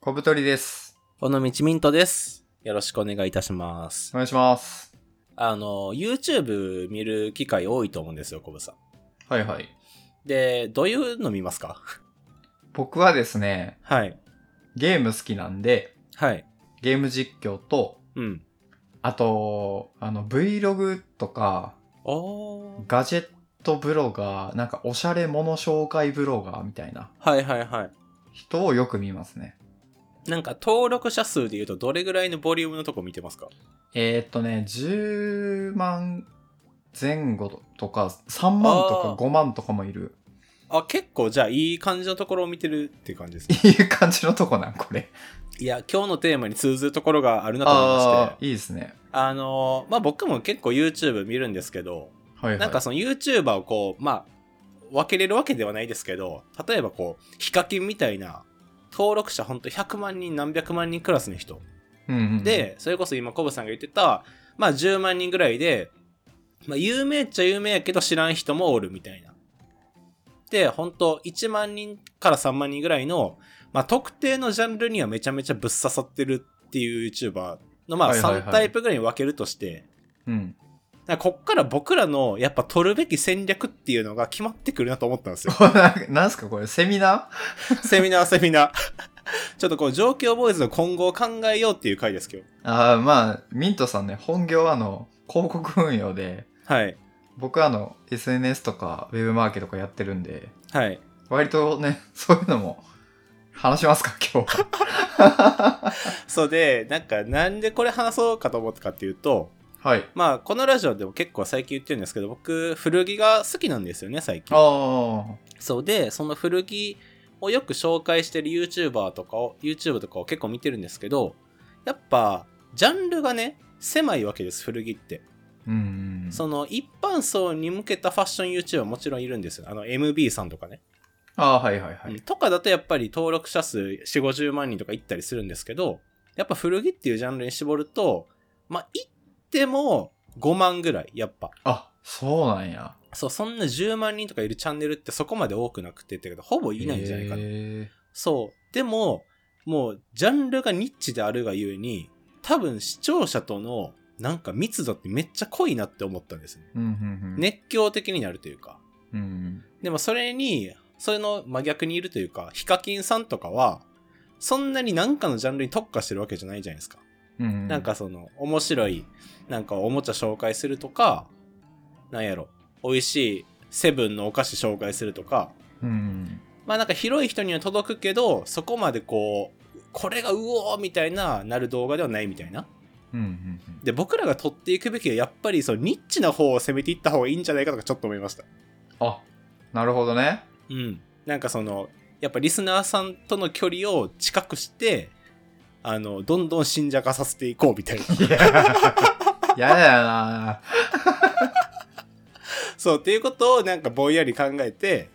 小太りです。このみちみんとです。よろしくお願いいたしますお。願いします。あの、YouTube 見る機会多いと思うんですよ、コブさん。はいはい。で、どういうの見ますか僕はですね、はい。ゲーム好きなんで、はい。ゲーム実況と、うん。あと、あの、Vlog とか、おー。ガジェットブロガー、なんかおしゃれもの紹介ブロガーみたいなはいはいは人をよく見ますね。い。なんか登録者数で言うとどれぐらいのボリュームのとこ見てますかえー、っとね、10万前後とか、3万とあーか5万とかもいる。あ、結構じゃあいい感じのところを見てるっていう感じですね。いい感じのとこなん、これ。いや、今日のテーマに通ずるところがあるなと思いましあて。ーいいですね。あの、まあ、僕も結構 YouTube 見るんですけど、はいはい。なんかその YouTuber をこう、まあ、分けれるわけではないですけど、例えばこう、ヒカキンみたいな、登録者ほんと100万人何百万人クラスの人。うんうん、、で、それこそ今コブさんが言ってた、まあ10万人ぐらいで、まあ有名っちゃ有名やけど知らん人もおるみたいな。で、ほんと1万人から3万人ぐらいの、まあ特定のジャンルにはめちゃめちゃぶっ刺さってるっていう YouTuber のまあはいはいはい3タイプぐらいに分けるとして、うん。。だからこっから僕らのやっぱ取るべき戦略っていうのが決まってくるなと思ったん ですよななんすかこれセミナセミナーセミナー。 ちょっとこう状況ボーイズの今後を考えようっていう回ですけど。ーああまあミントさんね本業はあの広告運用ではい。僕はあの SNS とかウェブマーケとかやってるんではい。割とね そういうのも話しますか 今日はそうで、なんかなんでこれ話そうかと思ったかっていうと、はいまあこのラジオでも結構最近言ってるんですけど、僕古着が好きなんですよね、最近。あそうで、その古着をよく紹介してる YouTuber とかを、YouTube とかを結構見てるんですけど、やっぱジャンルがね、狭いわけです、古着って。ーうんその一般層に向けたファッション YouTuber もちろんいるんですよ。あの MB さんとかね。ああはいはいはい、とかだとやっぱり登録者数4、50万人とかいったりするんですけど、やっぱ古着っていうジャンルに絞ると、まあ、いっても5万ぐらい、やっぱ。あそうなんやそう、そんな10万人とかいるチャンネルってそこまで多くなくてってけど、ほぼいないんじゃないかな。へそう。でも、もう、ジャンルがニッチであるがゆえに、多分視聴者とのなんか密度ってめっちゃ濃いなって思ったんですね。ーうんうんうん熱狂的になるというか。うんでもそれに、それの真逆にいるというか、ヒカキンさんとかは、そんなに何かのジャンルに特化してるわけじゃないじゃないですか。うんなんかその、面白い、なんかおもちゃ紹介するとか、なんやろ、美味しいセブンのお菓子紹介するとか、うんまあなんか広い人には届くけど、そこまでこう、これがうおーみたいな、なる動画ではないみたいな。うんうんうんで、僕らが撮っていくべきは、やっぱりそのニッチな方を攻めていった方がいいんじゃないかとかちょっと思いました。あなるほどねうん、なんかそのやっぱリスナーさんとの距離を近くしてあのどんどん信者化させていこうみた いないや やだよなそうっていうことをなんかぼんやり考えて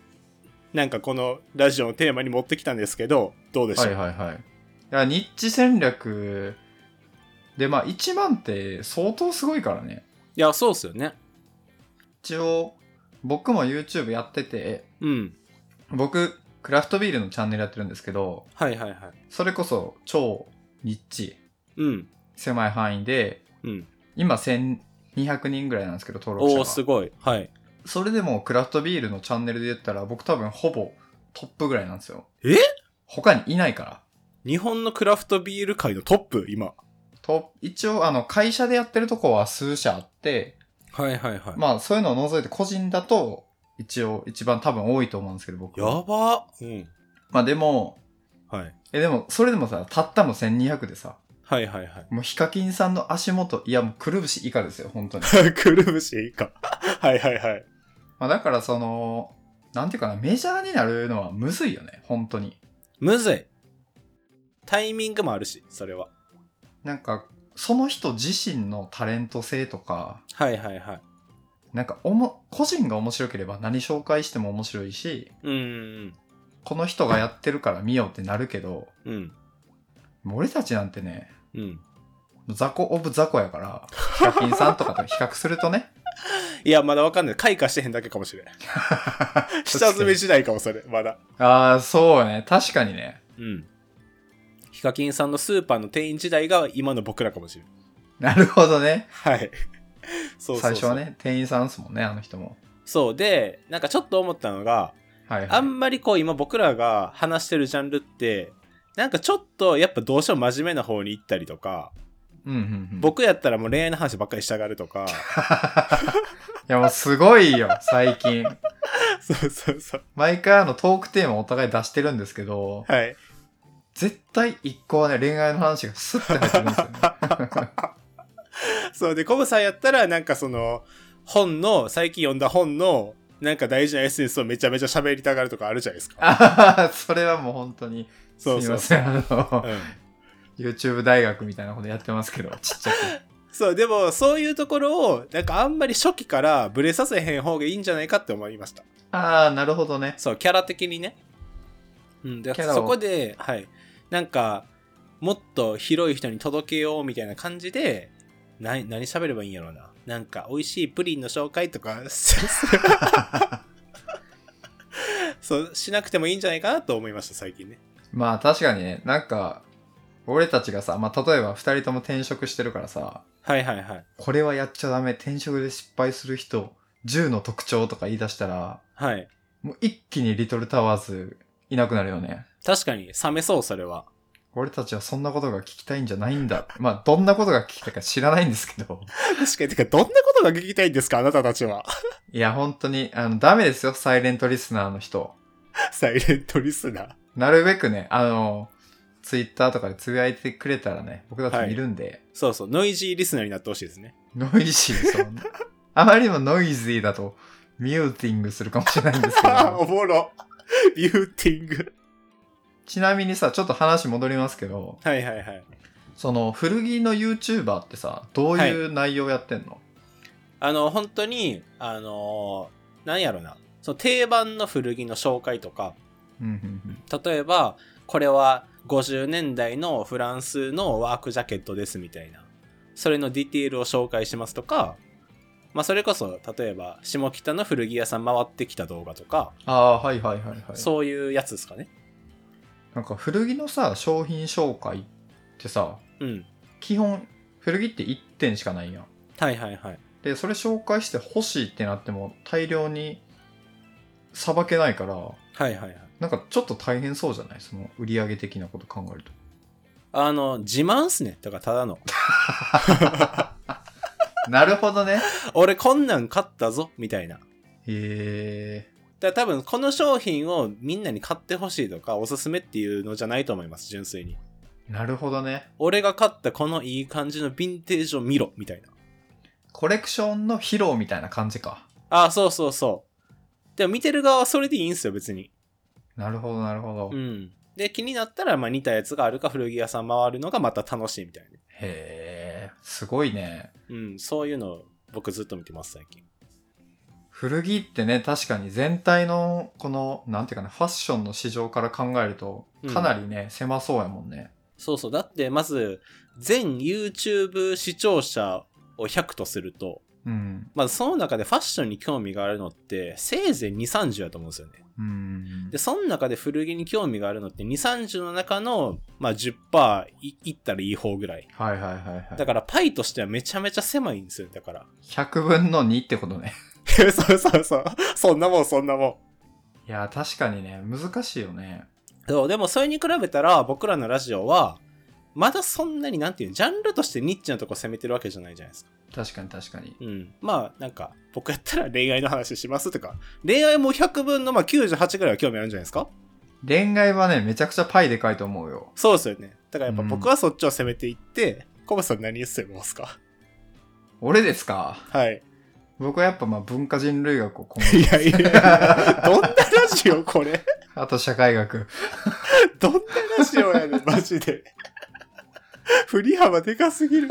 なんかこのラジオのテーマに持ってきたんですけどどうでしょう、はいはいはい。いや、ニッチ戦略で、まあ1万って相当すごいからね。いやそうっすよね一応、僕も YouTube やってて、うん僕、クラフトビールのチャンネルやってるんですけど、はいはいはいそれこそ超ニッチ、うん狭い範囲で、うん今1200人ぐらいなんですけど、登録お者おすが。ごいはいそれでもクラフトビールのチャンネルで言ったら、僕多分ほぼトップぐらいなんですよ。え他にいないから。日本のクラフトビール界のトップ今と一応、あの、会社でやってるとこは数社あって、はいはいはい、まあそういうのを除いて個人だと一応一番多分多いと思うんですけど僕はやばうんまあでもはいえでもそれでもさたったの1200でさはいはいはもうヒカキンさんの足元いやもうくるぶし以下ですよ本当 にいくるぶしいいかはいはいはいまあだからそのなんていうかなメジャーになるのはむずいよね本当にむずいタイミングもあるしそれはなんかその人自身のタレント性とかはいはいはい。なんかおも個人が面白ければ何紹介しても面白いしうんうんこの人がやってるから見ようってなるけどうん。うん。もう俺たちなんてねうん。雑魚オブ雑魚やから、ヒカキンさんとかと比較するとね。 いや、まだわかんない。開花してへんだけかも しれん。下積み時代かも、それ。まだ。ああ、そうね。確かにね。うん。ヒヒカキンさんのスーパーの店員時代が今の僕らかもしれない。なるほどね。はい。そうそうそう最初は。ね、店員さんですもんね、あの人も。そう。で、なんかちょっと思ったのが、はい、はあい。んまりこう今僕らが話してるジャンルって、なんかちょっとやっぱどうしても真面目な方に行ったりとか、うんうんうん。 い僕やったらもう恋愛の話ばっかりしたがるとか、や、もうすごいよ、最近。 そうそうそう。毎回あのトークテーマお互い出してるんですけど、はい。絶対一個はね、恋愛の話がスッて入ってくるんですよね。そうで、コブさんやったらなんかその、本の、最近読んだ本の、なんか大事なエッセンスをめちゃめちゃ喋りたがるとかあるじゃないですか。ああ、それはもう本当に、すそうみそまうそう。せん、あの、うん YouTube 大学みたいなことやってますけど、ちっちゃく。そう、でも、そういうところを、なんかあんまり初期からブレさせへん方がいいんじゃないかって思いました。ああ、なるほどね。そう、キャラ的にね。うん、でキャラをそこで、はい。なんか、もっと広い人に届けようみたいな感じで、な何喋ればいいんやろうな。なんか、美味しいプリンの紹介とか、 そう、しなくてもいいんじゃないかなと思いました、最近ね。まあ確かにね、なんか、俺たちがさ、まあ例えば二人とも転職してるからさ、はいはいはい。これはやっちゃダメ、転職で失敗する人、10の特徴とか言い出したら、はい。もう一気にリトルタワーズいなくなるよね。確かに、冷めそう、それは。俺たちはそんなことが聞きたいんじゃないんだ。まあどんなことが聞きたいか知らないんですけど。確かに、てか、どんなことが聞きたいんですか、あなたたちは。 いや本当に、あの、ダメですよ、サイレントリスナーの人。サイレントリスナー。なるべくね、あの、ツイッターとかでつぶやいてくれたらね、僕たち見るんで、そうそう、ノイジーリスナーになってほしいです ね。ノイジー、そう。あまりにもノイジーだと、ミューティングするかもしれないん ですけど、もろ。ビューティング。ちなみにさ、ちょっと話戻りますけど、はいはいはい。その、古着の YouTuber ってさ、どういう内容やってんの、あの、本当に、あのーなんやろな。その定番の古着の紹介とか、うんうん例えば、これは50年代のフランスのワークジャケットですみたいな。それのディテールを紹介しますとか、まあそれこそ、例えば、下北の古着屋さん回ってきた動画とか、ああ、はいはいはいはい。そういうやつですかね。なんか古着のさ、商品紹介ってさ、うん。基本、古着って1点しかないやん。はいはいはい。でそれ紹介して欲しいってなっても大量にさばけないからはいはいはい。なんかちょっと大変そうじゃないその売り上げ的なこと考 えるとあの、自慢っすね。だからただの。 なるほどね俺こんなん買ったぞみたいな。だかへえら多分この商品をみんなに買ってほしいとかおすすめっていうのじゃないと思います、純粋に。なるほどね俺が買ったこのいい感じのヴィンテージを見ろみたいな。コレクションの披露みたいな感じかああ、そうそうそう。でも見てる側はそれでいいんすよ、別に。なるほどなるほど、うへん。で、気になったら、まあ似たやつがあるか古着屋さん回るのがまた楽しいみたいなね。えすごいねうん、そういうのを僕ずっと見てます、最近。古着ってね確かに全体のこのなんていうかなファッションの市場から考えるとうんかなりね、狭そうやもんねそうそう。だって、まず、全 YouTube 視聴者を100とすると、うんまずその中でファッションに興味があるのってせいぜい2、30だと思うんですよね。うんで、その中で古着に興味があるのって2、30の中の、まあ、10%いいったらいい方ぐらい。はいはいはいはいだからパイとしてはめちゃめちゃ狭いんですよ。だから。 100分の2ってことね。 そうそうそう。そんなもんそんなもいや、確かにね、難しいよね。ん。そう、でもそれに比べたら僕らのラジオは、まだそんなになんていうのジャンルとしてニッチなとこ攻めてるわけじゃないじゃないですか。確かに確かに。うん。まあなんか、僕やったら恋愛の話しますとか、恋愛も100分のまあ98ぐらいは興味あるんじゃないですか恋愛はね、めちゃくちゃパイでかいと思うよ。そうですよね。だからやっぱうん僕はそっちを攻めていって、コバさん何攻めますか俺ですかはい。僕はやっぱまあ文化人類学を今い後やいやいや、どんなラジオこれ。あと社会学。どんなラジオやねん、マジで。振り幅でかすぎる。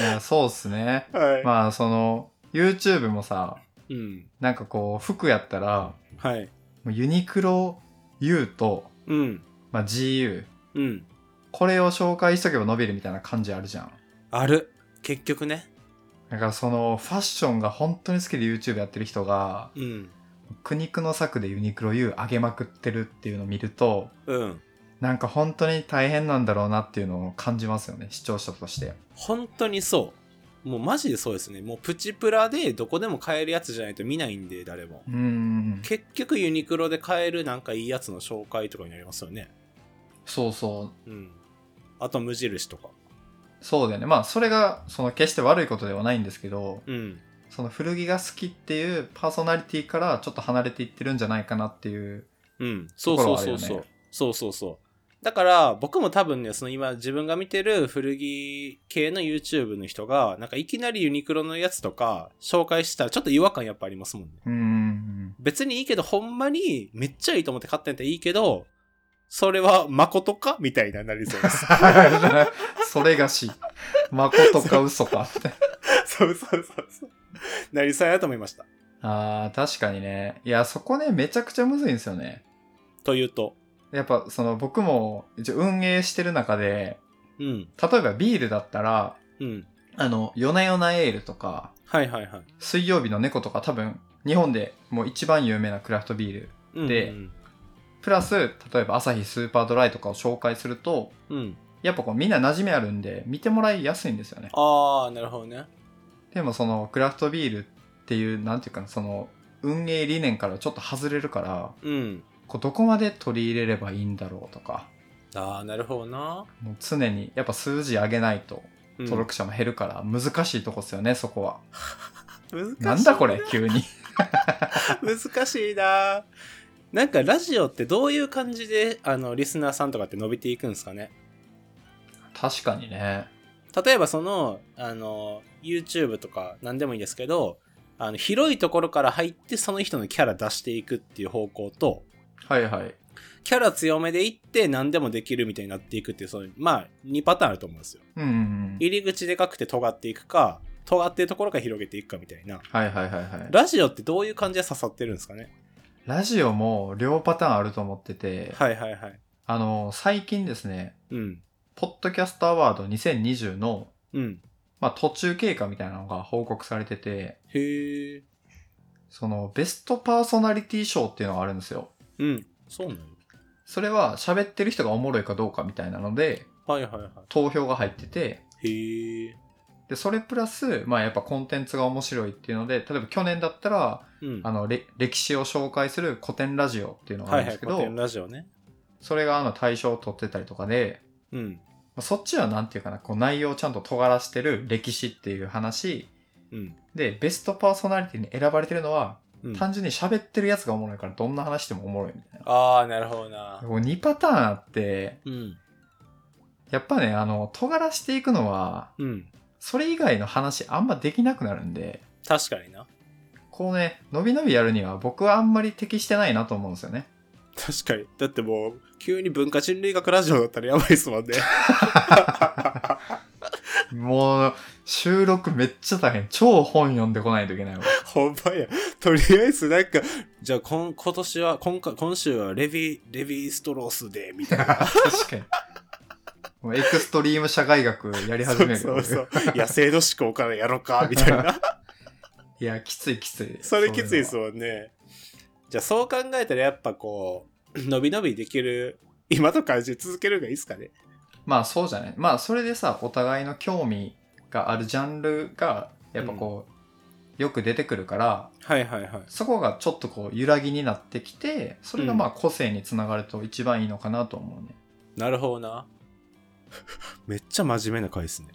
いや、そうっすね。はい。まあ、その、YouTube もさ、うん。なんかこう、服やったら、はい。もうユニクロ U と、うん。まあ、GU。うん。これを紹介しとけば伸びるみたいな感じあるじゃん。ある。結局ね。だからその、ファッションが本当に好きで YouTube やってる人が、うん。苦肉の策でユニクロ U 上げまくってるっていうのを見るとうん。なんか本当に大変なんだろうなっていうのを感じますよね視聴者として本当にそう。もうマジでそうですね。もうプチプラでどこでも買えるやつじゃないと見ないんで、誰も。うーん結局ユニクロで買えるなんかいいやつの紹介とかになりますよね。そうそううん。あと無印とか。そうだよねまあそれがその決して悪いことではないんですけどうん。その古着が好きっていうパーソナリティからちょっと離れていってるんじゃないかなっていううん。そうそうそところうはあるそようね。そうそうそう。だから僕も多分ね、その今自分が見てる古着系の YouTube の人が、なんかいきなりユニクロのやつとか紹介したらちょっと違和感やっぱありますもんね。うーん 別にいいけど、ほんまにめっちゃいいと思って買ったんやったらいいけど、それは誠かみたいなになりそうです。 それがし誠か嘘かってそうそうそうそう。なりそうやと思いました。あー確かにねいやそこねめちゃくちゃむずいんですよねというと、やっぱその僕も一応運営してる中でうん、例えばビールだったらうん。あの「夜な夜なエール」とかはいはいはい。 「水曜日の猫」とか多分日本でもう一番有名なクラフトビールうん、でうん、プラス例えば「朝日スーパードライ」とかを紹介するとうん。やっぱこうみんな馴染みあるんで見てもらいやすいんですよねああ、なるほどね。でもそのクラフトビールっていうなんていうかなその運営理念からちょっと外れるからうん。こうどこまで取り入れればいいんだろうとかああ、なるほどな。もう常にやっぱ数字上げないとうん登録者も減るから難しいとこっすよね、そこは。難しいなんだこれ急に。難しいな。なんかラジオってどういう感じで、あの、リスナーさんとかって伸びていくんですかね。確かにね。例えばその、あの、YouTube とか何でもいいですけど、あの、広いところから入ってその人のキャラ出していくっていう方向と、はいはい。キャラ強めでいって何でもできるみたいになっていくっていう、その、まあ、2パターンあると思うんですよ。うんうんうん。入り口でかくて尖っていくか、尖ってるところから広げていくかみたいな。はいはいはいはい。ラジオってどういう感じで刺さってるんですかねラジオも両パターンあると思ってて、はいはいはい。あの、最近ですね、うん。ポッドキャストアワード2020の、うん。まあ、途中経過みたいなのが報告されてて、へえ。そのベストパーソナリティ賞っていうのがあるんですよ。うん。そうなのそれは喋ってる人がおもろいかどうかみたいなので、はいはいは投票が入ってて、い。へえ。で、それプラス、まあやっぱコンテンツが面白いっていうので、例えば去年だったら、うん。あの、れ歴史を紹介する古典ラジオっていうのがあはるんいはでい。すけ古ど、典ラジオね。それがあの対象を取ってたりとかで、うん。まあそっちはなんていうかな、こう内容をちゃんと尖らしてる歴史っていう話、うん。で、ベストパーソナリティに選ばれてるのは、うん、あ単純に喋ってるやつがおもろいからどんな話してもおもろいみたいな。あー、なるほどな。こう2パターンあって、うん。やっぱね、あの、尖らしていくのは、うん。それ以外の話あんまできなくなるんで、確かにな。こうね、伸び伸びやるには僕はあんまり適してないなと思うんですよね。確かに。だってもう、急に文化人類学ラジオだったらやばいっすもんね。 もう、収録めっちゃ大変。超本読んでこないといけないわ。ほんまや。とりあえずなんか、じゃあ今今年は、今回、今週はレヴィ、レヴィストロースで、みたいな。確かに。もうエクストリーム社会学やり始める。 そうそうそう。 野生の思考からやろうか、みたいな。いや、きついきつい。それきついですうもんね。じゃあそう考えたらやっぱこう、 伸び伸びできる、今と感じ続けるのがいいですかのね。はまあそうじゃない。まあそれでさ、お互いの興味があるジャンルが、やっぱこう、よく出てくるから、はいはいはい。そこがちょっとこう揺らぎになってきて、それがまあ個性につながると一番いいのかなと思うね。なるほどな。 めっちゃ真面目な回ですね。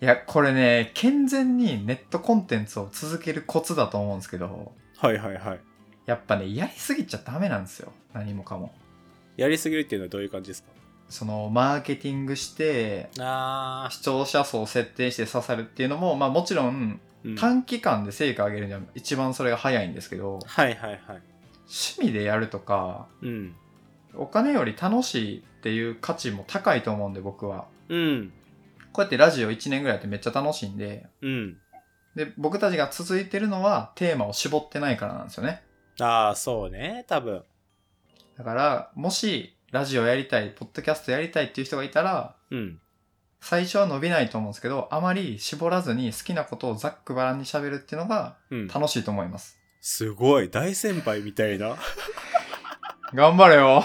いや、これね、健全にネットコンテンツを続けるコツだと思うんですけど、はいはいはい。やっぱね、やりすぎちゃダメなんですよ。何もかも。やりすぎるっていうのはどういう感じですかその、マーケティングして、あ視聴者層を設定して刺さるっていうのも、まあもちろん、うん、はい短期間で成果上げるには一番それが早いんですけど、はいはい。趣味でやるとか、うん。お金より楽しいっていう価値も高いと思うんで、僕は。うん。こうやってラジオ1年ぐらいやってめっちゃ楽しいんで、うん。で、僕たちが続いてるのはテーマを絞ってないからなんですよね。ああ、そうね、多分。だから、もし、ラジオやりたい、ポッドキャストやりたいっていう人がいたら、うん。最初は伸びないと思うんですけど、あまり絞らずに好きなことをざっくばらんに喋るっていうのがうん。楽しいと思います。 すごい、大先輩みたいな。頑張れ よ。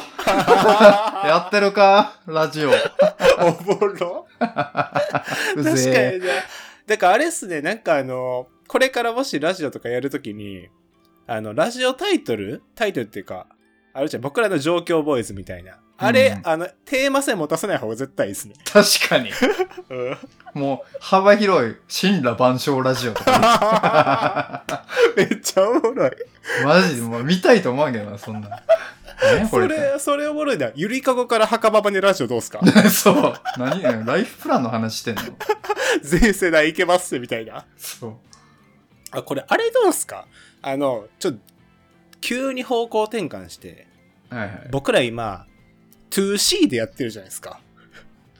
やってるかラジオ。おもろう確かにぜえ。ね。だからあれっすね、なんかあの、これからもしラジオとかやるときに、あの、ラジオタイトルタイトルっていうか、あれじゃん、僕らの状況ボーイズみたいな。あれ、うんあの、テーマ性持たせない方が絶対いいですね。確かに。 もう、幅広い、神羅万象ラジオとか。 めっちゃおもろい。マジで、もう見たいと思うけどな、そんな。何こそれって。れ、それおもろいな。ゆりかごから墓場までラジオどう すかそう。何ライフプランの話してんの全世代いけますってみたいな。そう。あ、これ、あれどうすかあの、ちょ、急に方向転換して、はいはい。僕ら今、2C でやってるじゃないですか。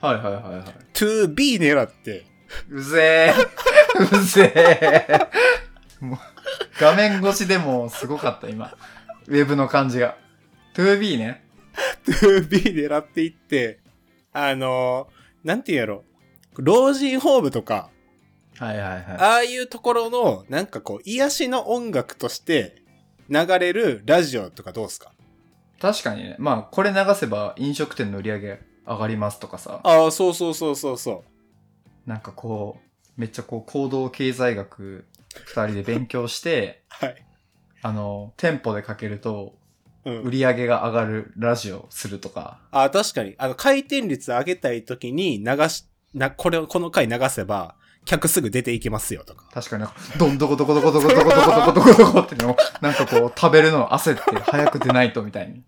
はいはいはいはい。 2B 狙って、 うぜえ。 うぜえ。もう、画面越しでもすごかった、今。ウェブの感じが。2B ね。 2B 狙っていって、あの、なんて言うんやろ、老人ホームとか、はいはいはい。ああいうところの、なんかこう、癒しの音楽として流れるラジオとかどうすか確かにね。まあ、これ流せば飲食店の売り上げ上がりますとかさ。ああ、そうそうそうそうそなんかこう、めっちゃこう、行動経済学二人で勉強して、 う。はい。あの、店舗でかけるとう売ん。り上げが上がるラジオするとか。ああ、確かに。あの、回転率上げたい時に流し、な、これを、この回流せば、客すぐ出ていけますよとか。確かになんか、どんどこどこどこどこどこどこどこどこどこってのをなんかこう、食べるの焦って早く出ないとみたいに。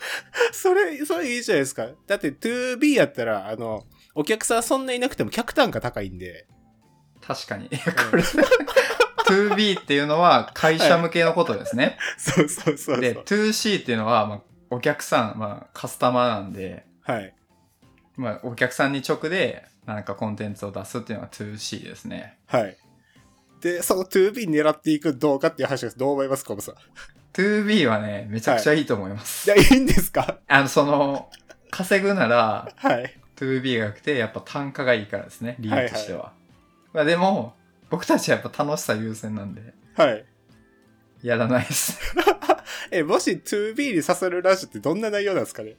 それ、それいいじゃないですか。だって 2B やったら、あの、お客さんそんないなくても客単価高いんで。確かに。いや これ、2B っていうのは会社向けのことですね。そうそうそうそう。で、2C っていうのは、まあ、お客さん、まあ、カスタマーなんで、はい。まあ、お客さんに直で、なんかコンテンツを出すっていうのが 2C ですね。はい。で、その 2B 狙っていくどうかっていう話です。どう思いますか、コブさん。い 2B はね、めちゃくちゃいいと思います。や、いいんですか あの、その、稼ぐなら、はい。 2B が良くて、やっぱ単価がいいからですね、理由としては。まあでも、僕たちはやっぱ楽しさ優先なんで、はい。やらないです。え、もし 2B に刺さるラジオってどんな内容なんですかね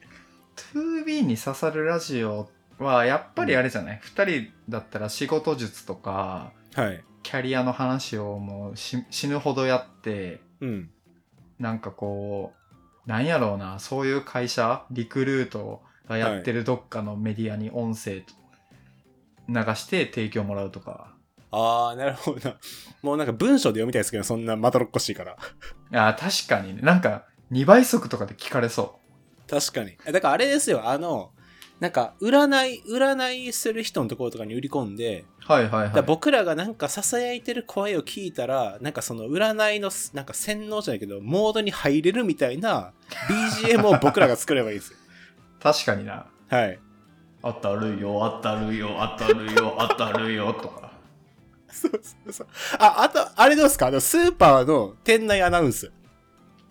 2B に刺さるラジオは、やっぱりあれじゃない、二 ?2 人だったら仕事術とか、はい。キャリアの話をもうし死ぬほどやって、うん。なんかこう、なんやろうな、そういう会社、リクルートがやってるどっかのメディアに音声流して提供もらうとか。あー、なるほどな。もうなんか文章で読みたいですけど、そんなまどろっこしいから。あー確かにね、なんか2倍速とかで聞かれそう。確かに。えだからあれですよ、あの、なんか、占い、占いする人のところとかに売り込んで、はいはいはだかい。ら僕らがなんか囁いてる声を聞いたらなんかその占いのすなんか洗脳じゃないけどモードに入れるみたいな BGM を僕らが作ればいいですよ 確かにな。はい当たるよ、当たるよ、当たる よ、当たるよ、とか。そうそうそうああとあれどうですかあのスーパーの店内アナウンス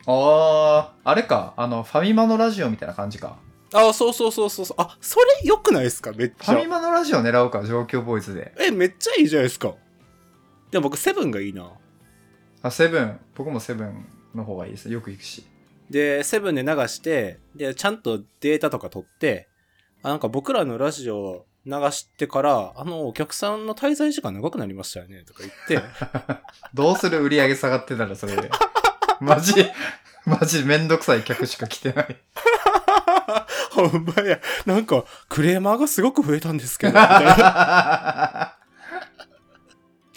あー、あれか。あの、ファミマのラジオみたいな感じか。あそうそうそうそうそうあそれ良くないですかめっちファゃミマのラジオ狙うか、上京ボーイズで。えめっちゃいいじゃないですかでも僕セブンがいいなあ、セブン。僕もセブンの方がいいです。よく行くし。でセブンで流してでちゃんとデータとか取ってあなんか僕らのラジオを流してからあのお客さんの滞在時間長くなりましたよねとか言ってどうする売り上げ下がってたらそれ で。マジ、マジめんどくさい客しか来て ない。ほんまやなんかクレーマーがすごく増えたんですけどみた いな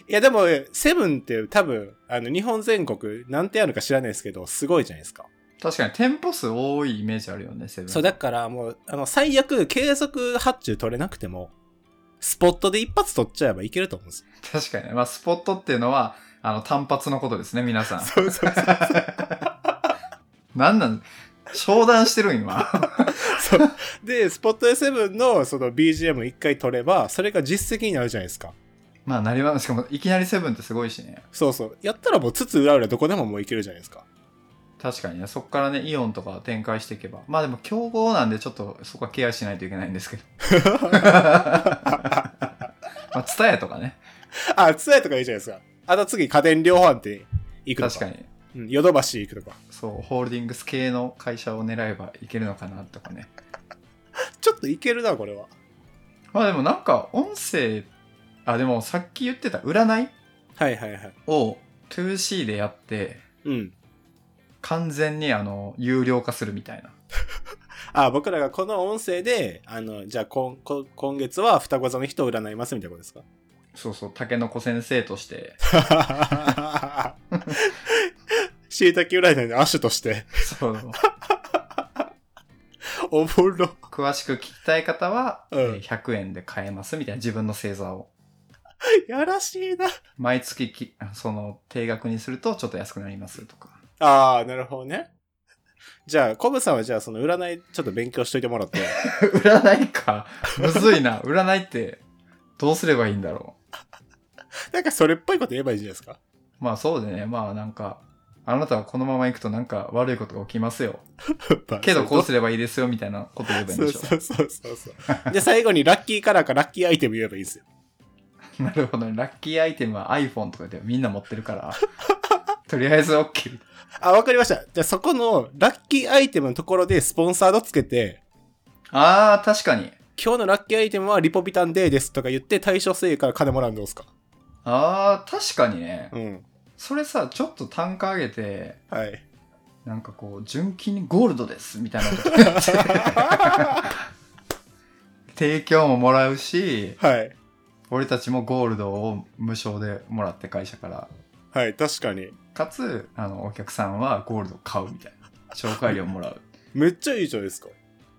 いやでもセブンって多分あの日本全国何点あるか知らないですけどすごいじゃないですか確かに店舗数多いイメージあるよね、セブン。そうだからもうあの最悪継続発注取れなくてもスポットで一発取っちゃえばいけると思うんですよ確かにね。まあ、スポットっていうのは、あの、単発のことですね、皆さん。 そうそうそう なんなん商談してるん今。 そうで、スポット A7 のその BGM 一回取れば、それが実績になるじゃないですか。まあ、なります。しかも、いきなりセブンってすごいしね。そうそう。やったらもう、つつ裏裏どこでももういけるじゃないですか。確かにね、そこからね、イオンとか展開していけば。まあでも、競合なんで、ちょっとそこはケアしないといけないんですけど。 まあ、ツタヤとかね。あ、つえとかいいじゃないですか。あと次、家電量販店行くとか。確かに。うん、ヨドバシ行くとか。そう、ホールディングス系の会社を狙えばいけるのかなとかね。ちょっといけるな、これは。まあでもなんか音声、あ、でもさっき言ってた占いはいはいはい。を 2C でやって、うん。完全にあの、有料化するみたいな。あ、僕らがこの音声で、あの、じゃあ今、こ今月は双子座の人を占いますみたいなことです か そうそう、竹の子先生として、 しいたけ占いの亜種として、そう、おもろ。詳しく聞きたい方は、うんえー100円で買えますみたいな自分の星座を。やらしいな。毎月き、その、定額にするとちょっと安くなりますとか。 ああ、なるほどね。じゃあ、コブさんはじゃあその占いちょっと勉強しといて もらって。占いか。むずい な。占いって、どうすればいいんだろなんかそれっぽいこと言えばいいじゃないですか。う。まあそうでね、まあなんか、あなたはこのまま行くとなんか悪いことが起きますよ。 けどこうすればいいですよみたいなこと言えばいいんそうでしょ。そうそうそうそう。で、最後にラッキーカラーかラッキーアイテム言えばいいんですよ。なるほどね。ラッキーアイテムは iPhone とかでみんな持ってるから、とりあえず OK。あ、わかりました。じゃあそこのラッキーアイテムのところでスポンサードつけて、あー、確かに。今日のラッキーアイテムはリポビタンデーですとか言って対象制から金もらうんどうすかあー、確かにね。うん。それさ、ちょっと単価上げて、はい。なんかこう、純金ゴールドですみたいなことやって提供ももらうし、はい。俺たちもゴールドを無償でもらって会社から。はい、確かに。かつ、あの、お客さんはゴールド買うみたいな。紹介料もらう。 めっちゃいいじゃないですか。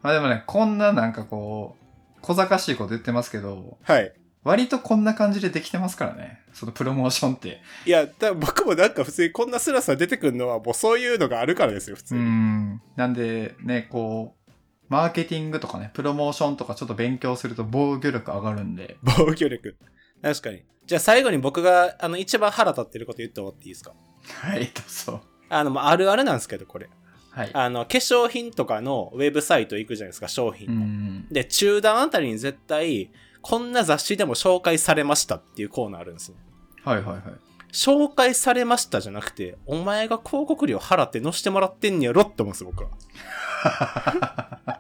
まあでもね、こんななんかこう、小賢しいこと言ってますけど、はい。割とこんな感じでできてますからね。そのプロモーションって。いや、だ僕もなんか普通にこんなスラスラ出てくるのはもうそういうのがあるからですよ、普通うに。ん。なんで、ね、こう、マーケティングとかね、プロモーションとかちょっと勉強すると防御力上がるんで。 防御力。確かに。じゃあ最後に僕が、あの、一番腹立ってること言ってもらっていいですかはい、どうぞ。あの、まああるあるなんですけど、これ。はい。あの、化粧品とかのウェブサイト行くじゃないですか、商品。うん。で、中段あたりに絶対、こんな雑誌でも紹介されましたっていうコーナーあるんですよ。はいはいはい。紹介されましたじゃなくて、お前が広告料払って載してもらってんやろって思うんですよ、僕は。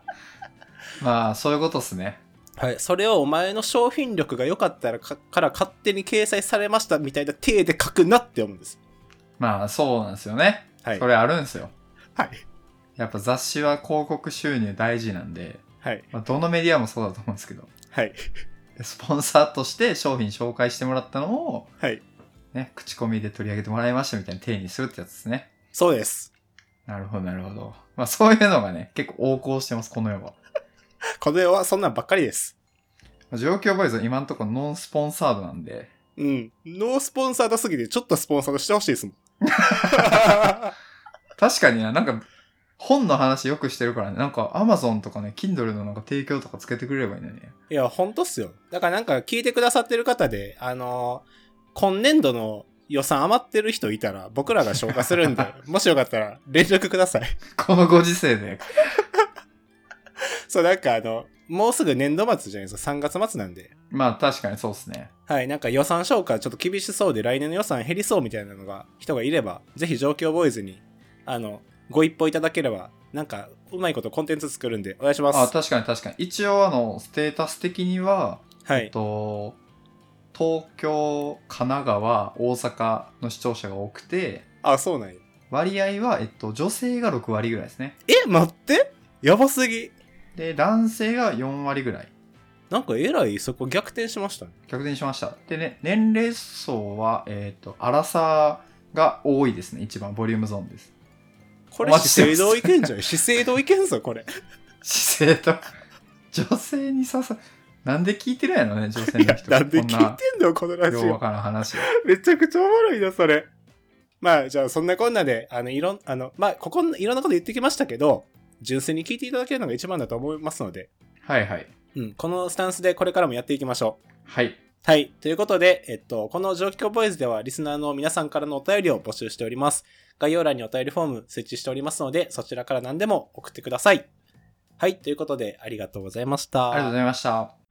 まあ、そういうことっすね。はい。それをお前の商品力が良かったらかから勝手に掲載されましたみたいな体で書くなって思うんです。まあ、そうなんですよね。はいそ。れあるんですよ。はい。やっぱ雑誌は広告収入大事なんで、はい。まあ、どのメディアもそうだと思うんですけど、はい。スポンサーとして商品紹介してもらったのを、はい。ね、口コミで取り上げてもらいましたみたいな体にするってやつですね。そうです。なるほど、なるほど。まあそういうのがね、結構横行してます、この世は。この世はそんなんばっかりです。まあ状況バイズは今のところノンスポンサードなんで、うん。ノースポンサーだすぎて、ちょっとスポンサードしてほしいですもん。確かにな、なんか、本の話よくしてるからね、なんか Amazon とかね、Kindle のなんか提供とかつけてくれればいいのにね。 いや、ほんとっすよ。だからなんか聞いてくださってる方で、あのー今年度の予算余ってる人いたら、僕らが消化するんで、もしよかったら連絡ください。このご時世で。そう、なんかあの、もうすぐ年度末じゃないですか、3月末なんで。まあ確かにそうっすね。はい、なんか予算消化ちょっと厳しそうで来年の予算減りそうみたいなのが人がいれば、ぜひ状況ボーイズに、あの、ご一報いただければ、なんかうまいことコンテンツ作るんでお願いしまあす。確かに確かに。一応あの、ステータス的には、はえっい。と、東京、神奈川、大阪の視聴者が多くて、あ、そうなんや。割合は、えっと、女性が6割ぐらいですね。え、待ってやばすぎ。で、男性が4割ぐらい。なんかえらいそこ逆転しましたね。逆転しました。でね、年齢層は、えっ、と、荒さが多いですね。一番ボリュームゾーンです。こおれ待ち資してます生堂いけんじゃん。資生堂いけんぞ、これ。姿勢と、女性に刺さ、なんで聞いてるんやろね、女性いのや、人。なんで聞こいんてなんのよ、このラジようわオ。からん話。めちゃくちゃおもろいな、それ。まあ、じゃあ、そんなこんなで、あの、いろん、あの、まあ、ここ、いろんなこと言ってきましたけど、純粋に聞いていただけるのが一番だと思いますので、はいはい。うん、このスタンスでこれからもやっていきましょう。はい。はい。ということで、えっと、この上気候ボーイズではリスナーの皆さんからのお便りを募集しております。概要欄にお便りフォーム設置しておりますので、そちらから何でも送ってください。はい。ということで、ありがとうございました。ありがとうございました。